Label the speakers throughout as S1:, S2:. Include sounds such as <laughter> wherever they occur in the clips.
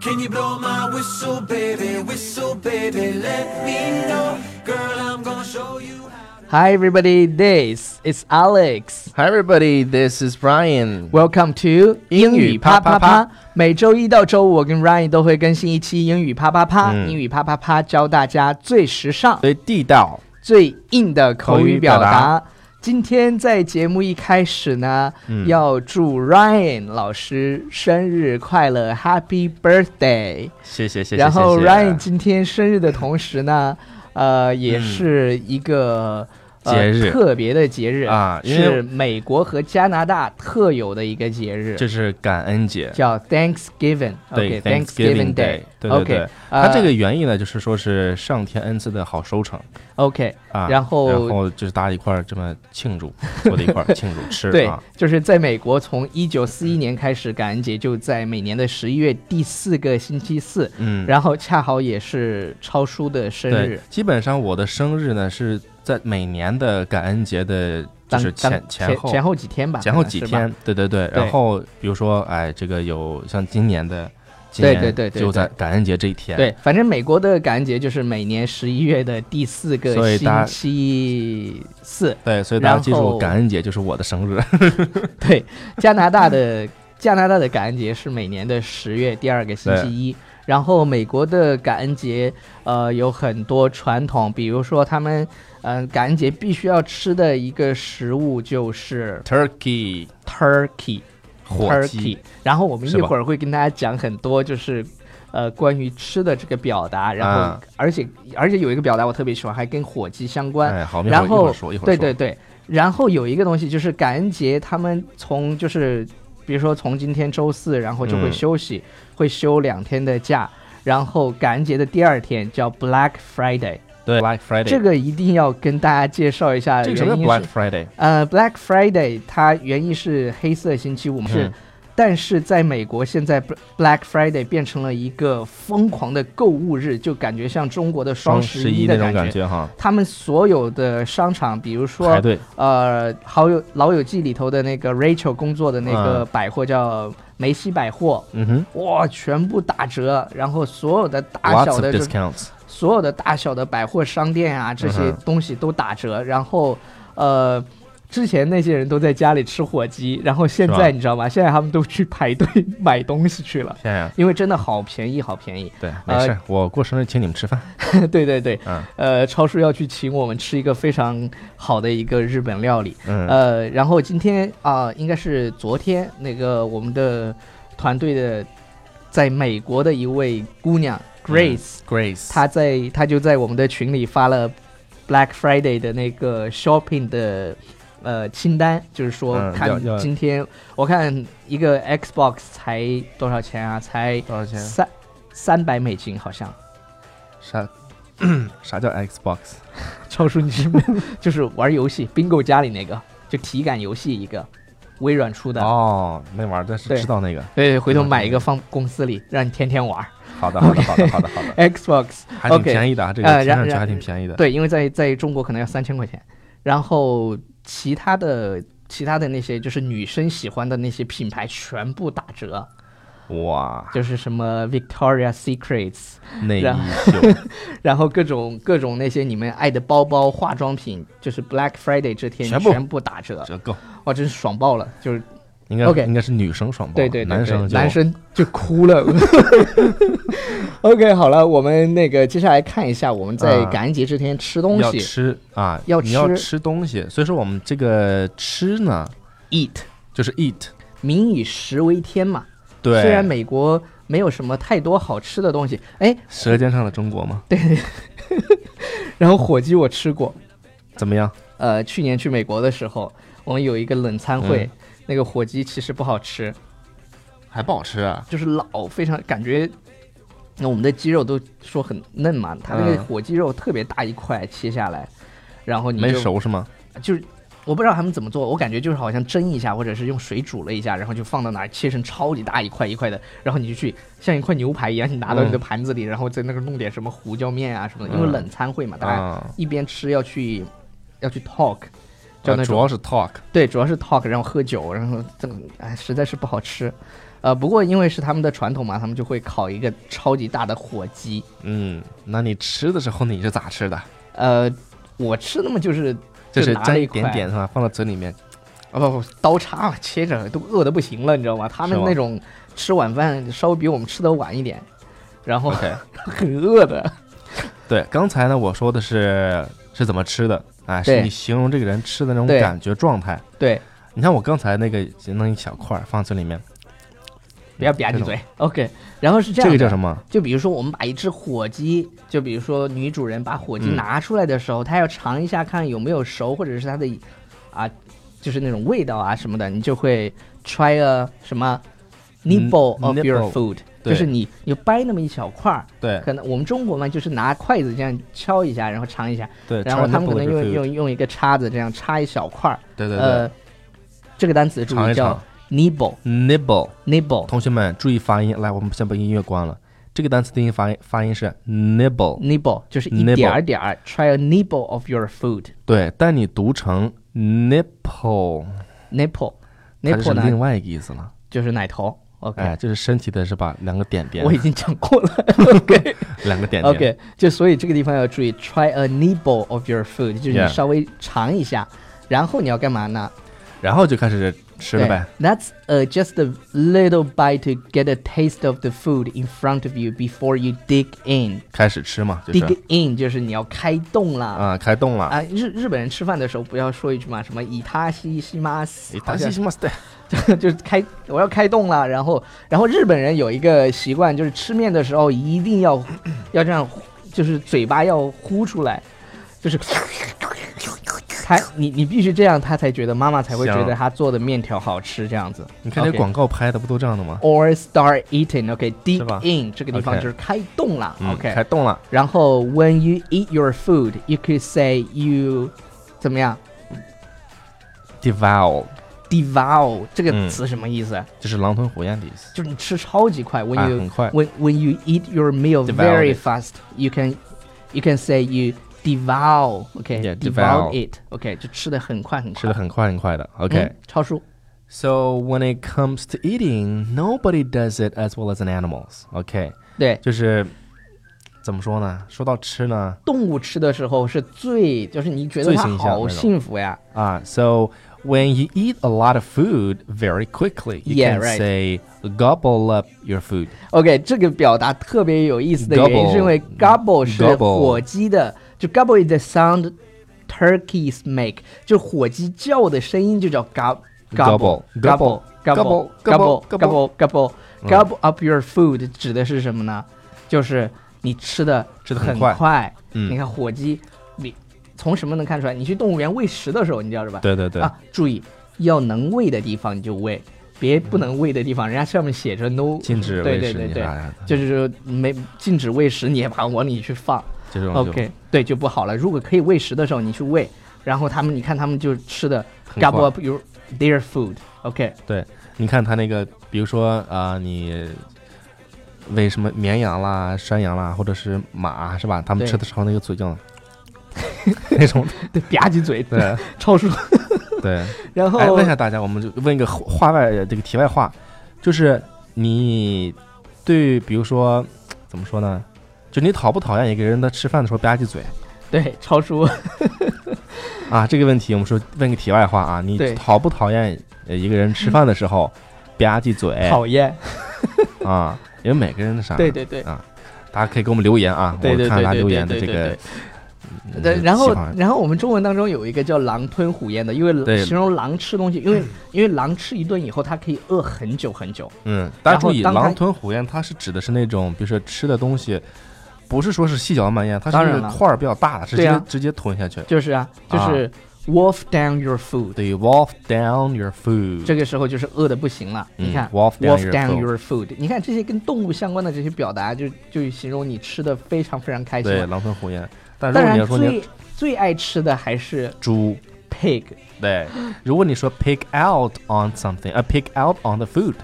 S1: Can you blow my whistle, baby? Whistle, baby, let me know. Girl, I'm gonna show you.
S2: Hi everybody, this is Alex.
S3: Hi, everybody. This is Brian.
S2: Welcome to
S3: 英语啪啪啪。
S2: 每周一到周五，我跟 Ryan 都会更新一期英语啪啪啪。
S3: 嗯
S2: 英语啪啪啪教大家最时尚、
S3: 最地道，
S2: 最硬的口语表
S3: 口语表
S2: 达。今天在节目一开始呢，
S3: 嗯
S2: 要祝 Ryan 老师生日快乐，Happy Birthday！
S3: 谢谢谢谢。
S2: 然后
S3: 谢谢
S2: Ryan 今天生日的同时呢， <laughs> 呃，也是一个、呃
S3: 嗯节日
S2: 特别的节日
S3: 啊因为
S2: 是美国和加拿大特有的一个节日，
S3: 这是感恩节，
S2: 叫 Thanksgiving。
S3: 对
S2: Thanksgiving
S3: Thanksgiving Day，对对
S2: OK，
S3: 对。
S2: 呃
S3: 它这个原意呢，就是说是上天恩赐的好收成
S2: OK，
S3: 啊。
S2: 然后
S3: 然后就是大家一块儿这么庆祝，坐在一块儿庆祝
S2: <laughs>
S3: 吃
S2: 对
S3: 啊。，
S2: 就是在美国，从一九四一年开始，感恩节就在每年的十一月第四个星期四，
S3: 嗯，
S2: 然后恰好也是超叔的生
S3: 对
S2: 日，，
S3: 基本上我的生日呢是在每年的感恩节的，就
S2: 当
S3: 是
S2: 当
S3: 前前后
S2: 前后几天吧，
S3: 前后几
S2: 可能是吧
S3: 天，对对对。
S2: 对
S3: 然后比如说，哎，这个有像今年的，今
S2: 对
S3: 年
S2: 对对对
S3: 就在
S2: 对
S3: 感恩节这一天，
S2: 对，反正美国的感恩节就是每年十一月的第四
S3: 所
S2: 个
S3: 以
S2: 星
S3: 大
S2: 期四。
S3: 对，所以大家记
S2: 然后
S3: 住，感恩节就是我的
S2: <laughs>
S3: 生日。
S2: 对，加拿大的加拿大的感恩节是每年的十月第二个星期
S3: 对
S2: 一。然后美国的感恩节，呃，有很多传统，比如说他们，嗯、感恩节必须要吃的一个食物就是
S3: Turkey
S2: turkey，turkey。
S3: 火鸡，
S2: 然后我们一
S3: 是吧
S2: 会儿会跟大家讲很多，就是呃关于吃的这个表达，然后、
S3: 啊
S2: 而且而且有一个表达我特别喜欢，还跟火鸡相关。
S3: 哎，好，一会儿
S2: 然
S3: 一会
S2: 后
S3: 儿说，一会儿
S2: 对
S3: 说，
S2: 对对，然后有一个东西就是感恩节，他们从就是比如说从今天周四，然后就会
S3: 嗯
S2: 休息，会休两天的假。然后感恩节的第二天叫 Black Friday，
S3: 对 Black Friday，
S2: 这个一定要跟大家介绍一下
S3: 这
S2: 原
S3: 个
S2: 因
S3: 什
S2: 是
S3: 么叫 Black Friday？
S2: 呃，Black Friday 它原意是黑色星期五嘛，是，但是在美国现在 Bl- Black Friday 变成了一个疯狂的购物日，就感觉像中国的双
S3: 双
S2: 十
S3: 十
S2: 一
S3: 一
S2: 的
S3: 那种
S2: 感
S3: 感。觉哈，
S2: 他们所有的商场，比如
S3: 排
S2: 说
S3: 队，
S2: 呃，好友老友记里头的那个 Rachel 工作的那个
S3: 嗯
S2: 百货叫梅西百货，
S3: 嗯哼
S2: 哇，全部打折，然后所有的大
S3: ，Lots
S2: 小
S3: of
S2: 的这
S3: discounts，
S2: 所有的大小的百货商店啊，这些
S3: 嗯哼
S2: 东西都打折。然后，呃，之前那些人都在家里吃火鸡，然后现
S3: 是吧
S2: 在你知道吗？现在他们都去排队买东西去了，
S3: 天呀，
S2: 因为真的好便宜，好便宜。
S3: 对，没事，我过生日请你们吃饭，
S2: <laughs> 对对对，
S3: 嗯
S2: 呃，超叔要去请我们吃一个非常好的一个日本料理。
S3: 嗯，
S2: 呃，然后今天啊、应该是昨天那个我们的团队的在美国的一位姑娘 Grace。
S3: Grace，
S2: 他在他就在我们的群里发了 Black Friday 的那个 shopping 的呃清单，就是说
S3: 嗯
S2: 看
S3: 要要
S2: 今天、我看一个 Xbox 才多少钱啊？才
S3: 多少钱？
S2: 三三百美金好
S3: <laughs>
S2: 像。
S3: 啥 <coughs> 啥叫 Xbox？
S2: 超叔，你是不是 <laughs> 就是玩游戏 Bingo 家里那个，就体感游戏一个，微软出的。
S3: 哦，那玩意儿，但是
S2: 对
S3: 知道那个，
S2: 对，回头买一个放公司里，让你天天玩。
S3: 好的，好的，好
S2: <laughs>
S3: 的，好的，好的，
S2: Xbox
S3: 还挺
S2: OK，
S3: 便宜的啊，这个
S2: 呃
S3: 听
S2: 然
S3: 上去
S2: 然
S3: 还挺便宜的，
S2: 对，因为在在中国可能要三千块钱，然后其他的其他的那些就是女生喜欢的那些品牌全部打折，
S3: 哇，
S2: 就是什么 Victoria Secrets，
S3: 内衣
S2: 然
S3: 秀，
S2: 然后各种各种那些你们爱的包包、化妆品，就是 Black Friday 这天
S3: 全部
S2: 打折，<laughs>
S3: 折扣，
S2: 哇，真是爽爆了！就是
S3: 应该
S2: OK
S3: 应该是女生爽包，
S2: 对对对对
S3: 男生就
S2: 男生就哭了。OK，好了，我们那个接下来看一下我们在
S3: 啊
S2: 感恩节这天吃东
S3: 要
S2: 西、
S3: 吃啊，
S2: 要
S3: 你要
S2: 吃
S3: 吃东西，所以说我们这个吃呢，
S2: e a t
S3: 就是 eat。
S2: 民以食为天嘛。
S3: 对，
S2: 虽然美国没有什么太多好吃的东西，哎，
S3: 舌尖上的中国嘛，对，
S2: 然后火鸡我吃过，
S3: 怎么样？
S2: 呃，去年去美国的时候，我们有一个冷餐会，
S3: 嗯
S2: 那个火鸡其实不好吃，
S3: 还不好吃啊？
S2: 就是老非常感觉。嗯那我们的鸡肉都说很嫩嘛，它那个
S3: 嗯
S2: 火鸡肉特别大一块切下来，然后你
S3: 没
S2: 就
S3: 熟是吗？
S2: 就是我不知道他们怎么做，我感觉就是好像蒸一下，或者是用水煮了一下，然后就放到哪儿切成超级大一块一块的，然后你就去像一块牛排一样，你拿到你的
S3: 嗯
S2: 盘子里，然后在那个弄点什么胡椒面啊什么的，因为
S3: 嗯
S2: 冷餐会嘛，大家
S3: 啊，
S2: 一边吃要去要去 talk，叫那
S3: 呃主
S2: 种
S3: 要是 talk，
S2: 对，主要是 talk，然后喝酒，然后这个哎，实在是不好吃。呃，不过因为是他们的传统嘛，他们就会烤一个超级大的火鸡。
S3: 嗯，那你吃的时候你是咋吃的？
S2: 呃，我吃那么就是
S3: 就
S2: 就是拿
S3: 沾
S2: 了
S3: 一
S2: 一块
S3: 点点是吧？放到嘴里面，
S2: 啊不不，刀叉嘛切着都饿得不行了，你知道吗？他们
S3: 是吗
S2: 那种吃晚饭稍微比我们吃的晚一点，然后
S3: OK
S2: <laughs> 很饿的。
S3: 对，刚才呢我说的是是怎么吃的啊，是
S2: 对
S3: 你形容这个人吃的那种
S2: 对
S3: 感觉状态。
S2: 对，
S3: 你看我刚才那个弄一小块儿放嘴里面，
S2: 不要吧
S3: 这
S2: 唧
S3: 种
S2: 嘴。OK，然后是这
S3: 这
S2: 样，
S3: 个叫什
S2: 么？
S3: 么？
S2: 就比如说我们把一只火鸡，就比如说女主人把火鸡
S3: 嗯
S2: 拿出来的时候，她要尝一下看有没有熟，或者是它的啊，就是那种味道啊什么的，你就会 try a 什么 nibble of your
S3: 嗯 nibble，
S2: food，
S3: 对
S2: 就是你你掰那么一小块儿。
S3: 对
S2: 可能我们中国嘛，就是拿筷子这样敲一下，然后尝一下，
S3: 对，
S2: 然后他们
S3: try
S2: 可
S3: nibble
S2: 能
S3: with your
S2: 用
S3: food
S2: 用用一个叉子这样插一小块儿。
S3: 对对对
S2: 呃，这个单词的注
S3: 尝一
S2: 意叫
S3: 尝
S2: nibble
S3: nibble。
S2: nibble
S3: 同学们注意发音，来，我们先把音乐关了。这个单词的音发音发音是 nibble，
S2: nibble，就是一
S3: nibble
S2: 点儿点儿。Try a nibble of your food。
S3: 对，但你读成 nipple，它就
S2: nipple，nipple
S3: 是另
S2: 呢
S3: 外一个意思了。
S2: 就是奶头。OK，、
S3: 哎，就是身体的是吧？两个点点
S2: 我，已经讲过
S3: <laughs>
S2: 了。OK
S3: 两个点点。
S2: OK，就所以这个地方要注意，try a nibble of your food，就是你
S3: Yeah
S2: 稍微尝一下。然后你要干嘛呢？
S3: 然后就开始吃了
S2: 对
S3: 呗。
S2: That's uh, just a little bite to get a taste of the food in front of you before you dig in.
S3: 开始吃嘛，就是
S2: Dig in 就是你要开动啦。
S3: 啊、开动了。
S2: 啊，日日本人吃饭的时候不要说一句嘛，什么以他西西马斯，好像
S3: 西马斯对，
S2: <laughs> 就是开我要开动了，然后然后日本人有一个习惯，就是吃面的时候一定要 <coughs> 要这样，就是嘴巴要呼出来，就是 <coughs> 才你你必须这样，他才觉得妈妈才会觉得
S3: 香
S2: 他做的面条好吃这样子。
S3: 你看这
S2: OK
S3: 广告拍的不都这样的吗
S2: or start eating，OK、
S3: 是
S2: deep
S3: 吧
S2: in 这个地方
S3: OK
S2: 就是开动了
S3: 嗯
S2: ，OK、
S3: 开动了。
S2: 然后 when you eat your food，you could say you 怎么样
S3: Devour
S2: devour 这
S3: 嗯
S2: 个词什么意思？
S3: 就是狼吞虎咽的意思，
S2: 就是你吃超级快
S3: 啊
S2: ，when you、
S3: 很快
S2: when when you eat your meal
S3: Devour
S2: very
S3: it
S2: fast，you can you can say you devour，OK、
S3: Yeah，
S2: devour
S3: devour
S2: it，OK、就吃的很快很快，
S3: 吃的很快很快的。OK，、
S2: 嗯超叔
S3: so when it comes to eating, nobody does it as well as an animals. OK，
S2: 对。
S3: 就是怎么说呢？说到吃呢，
S2: 动物吃的时候是最，就是你觉得
S3: 最
S2: 它
S3: 形象那
S2: 好
S3: 种
S2: 幸福呀，
S3: Ah, so when you eat a lot of food very quickly, you
S2: Yeah,
S3: can
S2: right.
S3: say gobble up your food.
S2: OK，这个表达特别有意思的原因
S3: Gobble
S2: 是因为 gobble 是
S3: Gobble
S2: 火鸡的，就 gobble is the sound turkeys make，就是火鸡叫的声音就叫 gob
S3: Gobble
S2: gobble
S3: Gobble
S2: gobble
S3: Gobble
S2: gobble
S3: Gobble
S2: gobble gobble
S3: 嗯
S2: gobble up your food 指的是什么呢？就是你吃的
S3: 吃得很
S2: 很
S3: 快嗯
S2: 你看火鸡，你从什么能看出来？你去动物园喂食的时候，你知道是吧？
S3: 对对对，
S2: 啊，注意要能喂的地方你就喂，别不能喂的地方，人家上面写着 no
S3: 禁止
S2: 对
S3: 喂
S2: 对
S3: 食
S2: 对
S3: 你
S2: 对
S3: 啥，呀的，
S2: 就是说没禁止喂食，你也把它往里去放。
S3: 这种就
S2: OK，对就不好了。如果可以喂食的时候你去喂，然后他们你看他们就吃的
S3: 很
S2: gobble
S3: 快
S2: up your their food。OK，
S3: 对，你看它那个，比如说啊、呃你喂什么绵羊啦、山羊啦，或者是马，是吧？他们
S2: 对
S3: 吃的时候那个嘴叫那种，
S2: <laughs> 对，吧唧嘴，
S3: 对哎
S2: 超叔。
S3: 对。
S2: 然后
S3: 哎，问一下大家，我们就问一个话外这个题外话，就是你对，比如说怎么说呢？就你讨不讨厌一个人在吃饭的时候吧唧嘴
S2: 对超叔，
S3: 啊？这个问题我们说问个题外话啊，你
S2: 对
S3: 讨不讨厌呃一个人吃饭的时候吧唧嘴
S2: 讨厌。
S3: 啊？因为每个人的啥
S2: 对对对
S3: 大家可以给我们留言啊，
S2: 对对
S3: 我看
S2: 对
S3: 大家
S2: 对
S3: 留
S2: 对
S3: 言的
S2: 对
S3: 这个
S2: 对。
S3: 嗯
S2: 对，然后
S3: 喜欢
S2: 然后我们中文当中有一个叫狼吞虎咽的，因
S3: 对
S2: 为形容狼吃东西，因为因为狼吃一顿以后，它可以饿很久很久。
S3: 嗯，大家
S2: 然后
S3: 注意，
S2: 当它
S3: 狼吞虎咽，它是指的是那种，比如说吃的东西，不是说是细嚼慢咽，它是
S2: 当
S3: 那
S2: 然
S3: 个
S2: 了
S3: 块儿比较大的，直
S2: 对
S3: 接
S2: 啊
S3: 直接吞下去。
S2: 就是啊，就是
S3: 啊
S2: wolf down your food。
S3: 对，wolf down your food，
S2: 这个时候就是饿的不行了。
S3: 嗯
S2: 你看
S3: wolf down your food
S2: your food，你看这些跟动物相关的这些表达，就就形容你吃的非常非常开心
S3: 对
S2: 了。
S3: 狼吞虎咽。但如
S2: 当
S3: 果你
S2: 然
S3: 要说你
S2: 最最爱吃的还是
S3: 猪，
S2: pig。
S3: 对，如果你说 pick out on something，啊，pick out on the food，on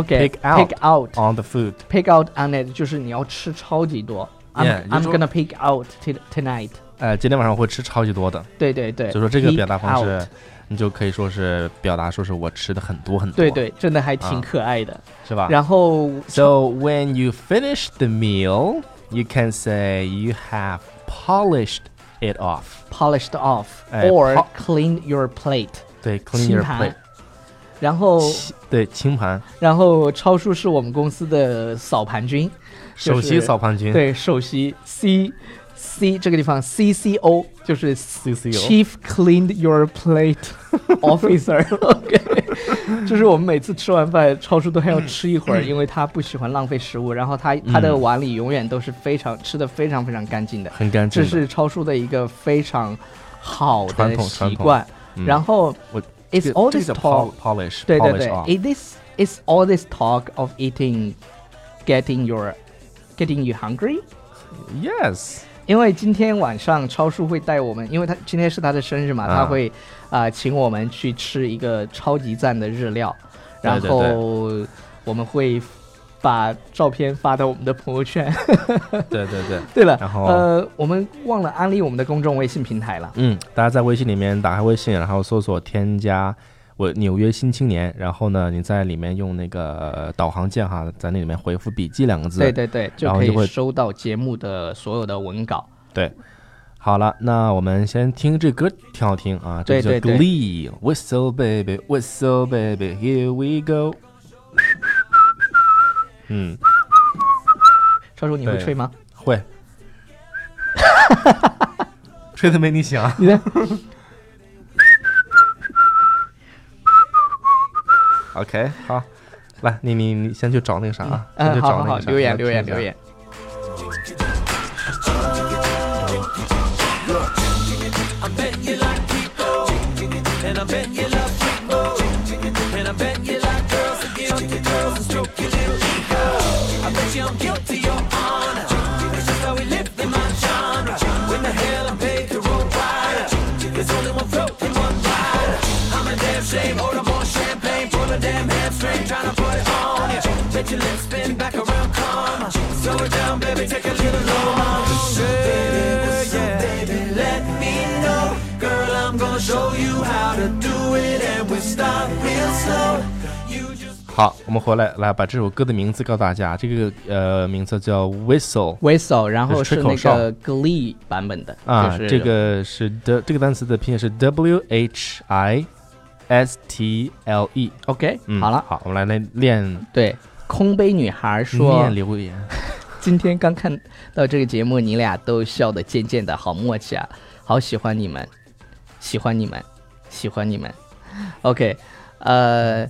S2: OK，pig
S3: Pig out
S2: out，pig
S3: the food，
S2: out on it，就是你要吃超级多。I'm
S3: Yeah，你就
S2: I'm
S3: 说
S2: gonna pig out t- tonight。
S3: 哎，今天晚上我会吃超级多的，
S2: 对对对，
S3: 就说这个表达方
S2: eat
S3: 式
S2: out，
S3: 你就可以说是表达说是我吃的很多很多，
S2: 对，对，真的还
S3: 啊
S2: 挺可爱的。
S3: 是吧？
S2: 然后
S3: So when you finish the meal, you can say you have polished it off.
S2: polished off
S3: 哎
S2: or
S3: pol-
S2: clean your plate，
S3: 对，clean
S2: 清
S3: your
S2: 盘
S3: plate。。
S2: 然后，
S3: 清对，清盘，
S2: 然后超叔是我们公司的扫盘君，
S3: 首席扫盘君。 <laughs>
S2: 对，首席 C C 这个地方 C C O 就是
S3: CCO
S2: Chief Cleaned Your Plate <laughs>
S3: <laughs>
S2: Officer。OK，就是我们每次吃完饭，超叔都还要吃一会儿，因为他不喜欢浪费食物，然后他他的
S3: 嗯
S2: 碗里永远都是非常吃的非常非常干净的。
S3: 很干净
S2: 这
S3: 的。
S2: 是超叔的一个非常好
S3: 传
S2: 的
S3: 统传
S2: 习
S3: 统
S2: 惯。
S3: 嗯
S2: 然后
S3: 我
S2: ，It's
S3: 这
S2: all
S3: 这
S2: this
S3: 个叫
S2: talk，
S3: pol- polish，
S2: 对对
S3: polish
S2: 对
S3: 啊
S2: ，It this is all this talk of eating, getting your, getting you hungry。
S3: Yes，
S2: 因为今天晚上超叔会带我们，因为他今天是他的生日嘛，
S3: 啊
S2: 他会啊、呃请我们去吃一个超级赞的日料，
S3: 对
S2: 然
S3: 对
S2: 后我们会把照片发到我们的朋友圈。 <laughs>
S3: 对对 <laughs> 对。
S2: 对了，
S3: 然后
S2: 呃，我们忘了安利我们的公众微信平台了。
S3: 嗯，大家在微信里面打开微信，然后搜索添加我纽约新青年，然后呢，你在里面用那个呃导航键哈，在那里面回复笔记两个字。
S2: 对对对，就
S3: 然后
S2: 可
S3: 就
S2: 以
S3: 会
S2: 收到节目的所有的文稿。
S3: 对好了，那我们先听这歌，挺好听啊，这
S2: 对
S3: 个叫
S2: 对对
S3: Glee Whistle Baby Whistle Baby Here We Go。嗯，
S2: 超叔，你会
S3: 对
S2: 吹吗？ <laughs>
S3: 会。吹的没你响。
S2: 你的
S3: OK，好，来，你你你先去找那个啥啊，先
S2: 嗯，
S3: 去
S2: 好好
S3: 找那
S2: 好，
S3: 个啥，
S2: 留言
S3: 我
S2: 留言
S3: 听一下
S2: 留言。
S1: I bet you like people, and I bet you love people, and I bet you like girls to give to girls and stroke your little ego. I bet you I'm guilty, your honor. It's just how we live in my genre. When the hell I'm paid to roll rider, there's only one float and one rider. I'm a damn shame, order more champagne, pull a damn hamstring, tryna put it on ya. Bet your lips spin back around, karma. Slow it down, baby, take a little longer. yeah. baby, let me know. Girl, I'm gonna show you how to do it, and we start real slow. You just
S3: 好，我们回来来把这首歌的名字告诉大家，这个呃名字叫 Whistle
S2: Whistle，然后
S3: 就是
S2: 是
S3: 吹
S2: 那
S3: 口哨
S2: 个 Glee 版本的
S3: 啊，
S2: 就是
S3: 这个是的这个单词的拼写是 W H I S T L E。
S2: OK，
S3: 嗯，
S2: 好了，
S3: 好，我们来练练
S2: 对，空杯女孩说
S3: 念，留言。
S2: 今天刚看到这个节目，你俩都笑得贱贱的，好默契啊，好喜欢你们，喜欢你们，喜欢你们。OK，呃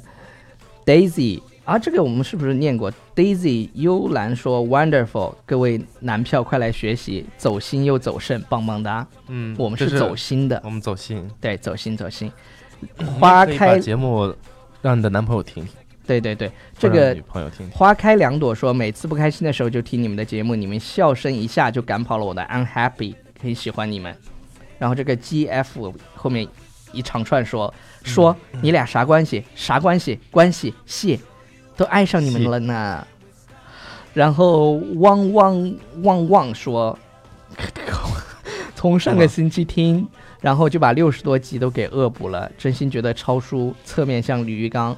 S2: ，Daisy 啊，这个我们是不是念过？Daisy 幽兰说 Wonderful，各位男票快来学习，走心又走肾，棒棒哒。
S3: 嗯
S2: 我们
S3: 这嗯
S2: 是走心的，
S3: 我们走心，
S2: 对，走心走心。花
S3: 可以把
S2: 开，
S3: 节目让你的男朋友听听，
S2: 对对对，
S3: 或
S2: 这
S3: 者让
S2: 个
S3: 女朋友听听。
S2: 花开两朵说，每次不开心的时候就听你们的节目，你们笑声一下就赶跑了我的 unhappy，很喜欢你们。然后这个 GF 后面一长串说说你俩啥关系？啥关系？关系谢，都爱上你们
S3: 谢
S2: 了呢。然后汪汪汪汪说，从上个星期听，然后就把六十多集都给恶补了，真心觉得超叔侧面像李玉刚。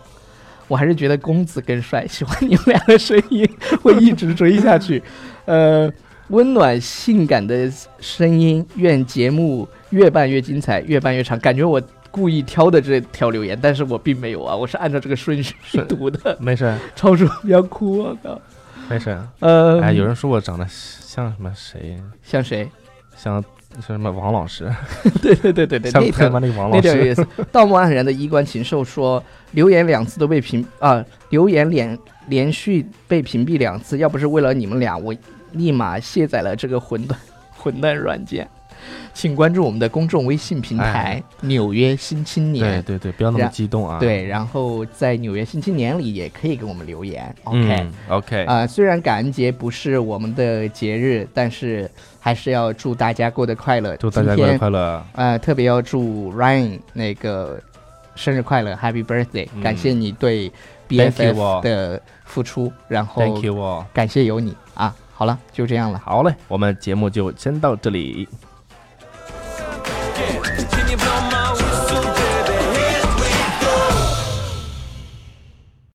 S2: 我还是觉得公子更帅，喜欢你们俩的声音，会一直追下去。呃，温暖性感的声音，愿节目越办越精彩，越办越长。感觉我故意挑的这条留言，但是我并没有啊，我是按照这个顺序去读的。
S3: 没事
S2: 超叔不要哭我靠！
S3: 没事，
S2: 呃，
S3: 哎，有人说我长得像什么谁，
S2: 像谁？ <laughs>
S3: 像像什么王老师，
S2: 对对对对对，
S3: <laughs> 像
S2: 那
S3: 他
S2: 条
S3: 妈那个王
S2: 那
S3: 老
S2: 条有
S3: 师
S2: 意。思。道貌岸然的衣冠禽兽说，留言两次都被屏啊、留言连连续被屏蔽两次，要不是为了你们俩，我立马卸载了这个混蛋 <laughs> 混蛋软件。请关注我们的公众微信平台
S3: 哎
S2: 《纽约新青
S3: 对
S2: 年》
S3: 对对，不要那么
S2: 然
S3: 激动啊。
S2: 对，然后在《纽约新青年》里也可以给我们留言。OK，
S3: 嗯 OK，
S2: 啊、虽然感恩节不是我们的节日，但是还是要祝大家过得快乐。
S3: 祝大
S2: 今
S3: 家过
S2: 天
S3: 得快乐。
S2: 呃，特别要祝 Ryan 那个生日快乐，Happy Birthday！、
S3: 嗯
S2: 感谢你对
S3: Thank you
S2: BFF
S3: all
S2: 的付出，然后
S3: Thank you all。
S2: 感谢有你啊。好了，就这样了。
S3: 好嘞，我们节目就先到这里。